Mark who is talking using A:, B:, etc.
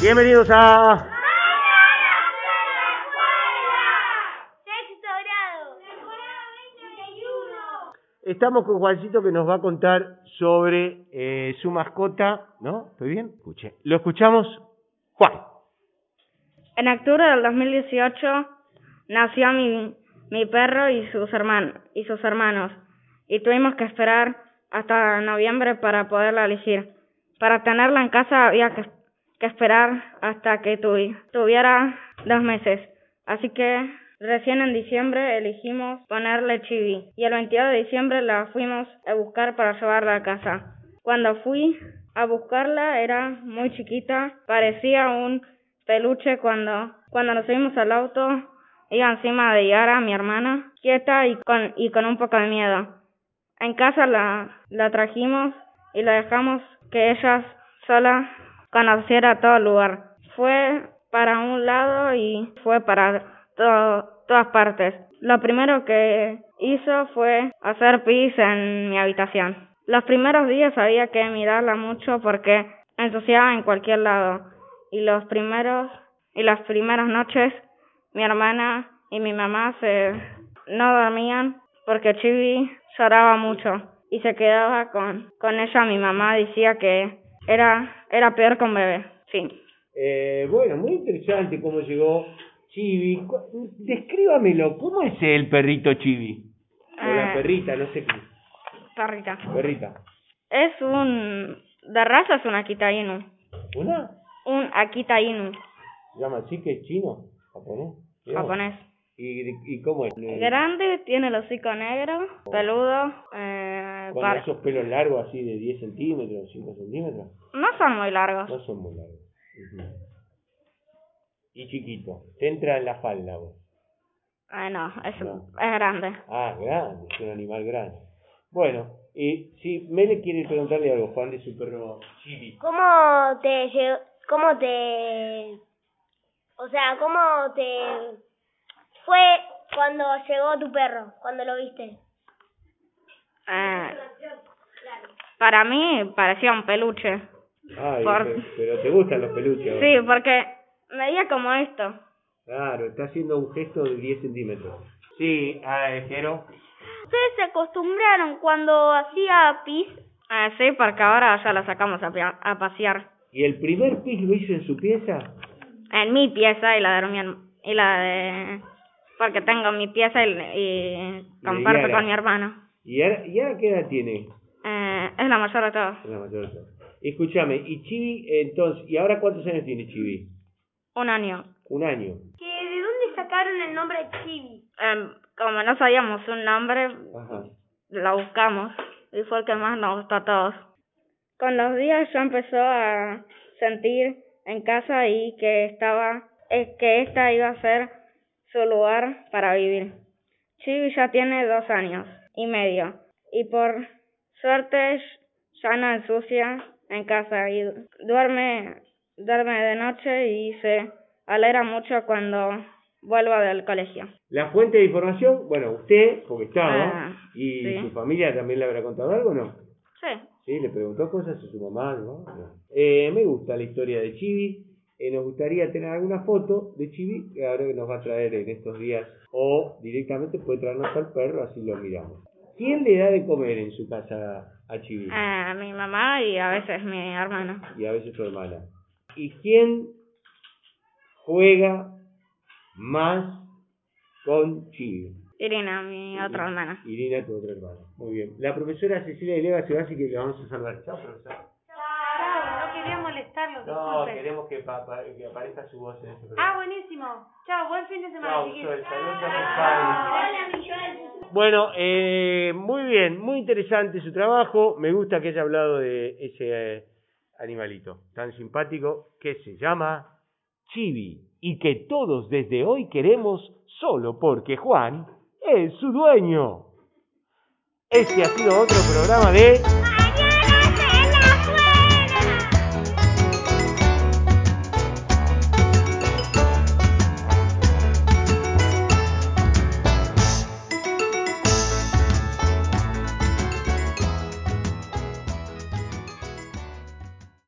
A: Bienvenidos a...
B: Sexto grado. Temporada 2021.
A: Estamos con Juancito que nos va a contar sobre eh, su mascota, ¿no? ¿Estoy bien? Escuché. Lo escuchamos, Juan.
C: En octubre del 2018 nació mi, mi perro y sus, herman- y sus hermanos y tuvimos que esperar hasta noviembre para poderla elegir. Para tenerla en casa había que, que esperar hasta que tuvi- tuviera dos meses. Así que recién en diciembre elegimos ponerle Chibi y el 22 de diciembre la fuimos a buscar para llevarla a casa. Cuando fui a buscarla era muy chiquita, parecía un peluche cuando, cuando nos subimos al auto, iba encima de Yara, mi hermana, quieta y con, y con un poco de miedo. En casa la, la trajimos y la dejamos que ella sola conociera todo el lugar. Fue para un lado y fue para to- todas partes. Lo primero que hizo fue hacer pis en mi habitación. Los primeros días había que mirarla mucho porque ensuciaba en cualquier lado. Y los primeros y las primeras noches mi hermana y mi mamá se no dormían porque Chibi lloraba mucho y se quedaba con, con ella. Mi mamá decía que era, era peor con bebé. Fin.
A: Eh, bueno, muy interesante cómo llegó Chibi. Cu- Descríbamelo, ¿cómo es el perrito Chibi? O la
C: Eh.
A: perrita, no sé qué.
C: Perrita.
A: Perrita.
C: Es un... De raza es un Akita Inu.
A: ¿Una?
C: Un Akita Inu
A: ¿Se llama así que es chino? ¿Japonés? ¿Qué onda?
C: japonés.
A: ¿Y, y cómo es?
C: Grande, tiene el hocico negro, peludo. Eh,
A: Con
C: par-
A: esos pelos largos así de 10 centímetros, 5 centímetros.
C: No son muy largos.
A: No son muy largos. Ujú. Y chiquito. Te entra en la falda vos.
C: Eh, no, es,
A: No.
C: es grande.
A: Ah, grande. Es un animal grande. Bueno, y si Mele quiere preguntarle algo, Juan, de su perro Chibi.
B: ¿Cómo te lle- cómo te o sea, cómo te fue cuando llegó tu perro, cuando lo viste?
C: Eh, para mí parecía un peluche.
A: Ay,
C: Por-
A: pe- pero te gustan los peluches. a vos.
C: Sí, porque medía como esto.
A: Claro, está haciendo un gesto de 10 centímetros. Sí, ah, eh, Jero.
B: ¿Ustedes se acostumbraron cuando hacía pis?
C: Eh, sí, porque ahora ya la sacamos a, pia- a pasear.
A: ¿Y el primer pis lo hizo en su pieza?
C: En mi pieza y la de mi herm- y la de... Porque tengo mi pieza y, y comparto
A: Yara.
C: con mi hermano.
A: ¿Y ahora, ¿Y ahora qué edad tiene?
C: Eh, es la mayor de todos.
A: Es la mayor de todas. Escúchame, y Chibi, entonces, ¿y ahora cuántos años tiene Chibi?
C: Un año.
A: Un año.
B: ¿Que de dónde sacaron el nombre Chibi?
C: Eh, como no sabíamos un nombre,
A: Ajá.
C: la buscamos y fue el que más nos gustó a todos. Con los días yo empezó a sentir en casa y que estaba, es que esta iba a ser su lugar para vivir. Chibi ya tiene dos años y medio y por suerte ya no ensucia en casa y duerme, duerme de noche y se alegra mucho cuando vuelva del colegio.
A: La fuente de información, bueno, usted, porque estaba,
C: Ah,
A: y
C: sí.
A: su familia también le habrá contado algo, ¿no?
C: Sí,
A: Sí, le preguntó cosas a su mamá, ¿no? No. Eh, me gusta la historia de Chibi. Eh, nos gustaría tener alguna foto de Chibi, que ahora que nos va a traer en estos días. O directamente puede traernos al perro, así lo miramos. ¿Quién le da de comer en su casa a Chibi?
C: Eh, mi mamá y a veces mi hermano.
A: y a veces su hermana. ¿Y quién juega más con Chibi?
C: Irina, mi otra hermana.
A: Irina, tu otra hermana. Muy bien. La profesora Cecilia Eleva se va, así que le vamos a saludar. Chao, profesora.
D: Chao, no quería molestarlos,
A: No,
D: disculpen.
A: queremos que, pa- pa- que aparezca su voz en este
D: Ah,
A: programa.
D: buenísimo. Chao, buen fin de semana,
A: Chao,
D: chiquillos.
A: Sol, saludos a tus padres. Bueno, eh, muy bien, muy interesante su trabajo. Me gusta que haya hablado de ese eh, animalito tan simpático que se llama Chibi y que todos desde hoy queremos solo porque Juan es su dueño. Este ha sido otro programa de...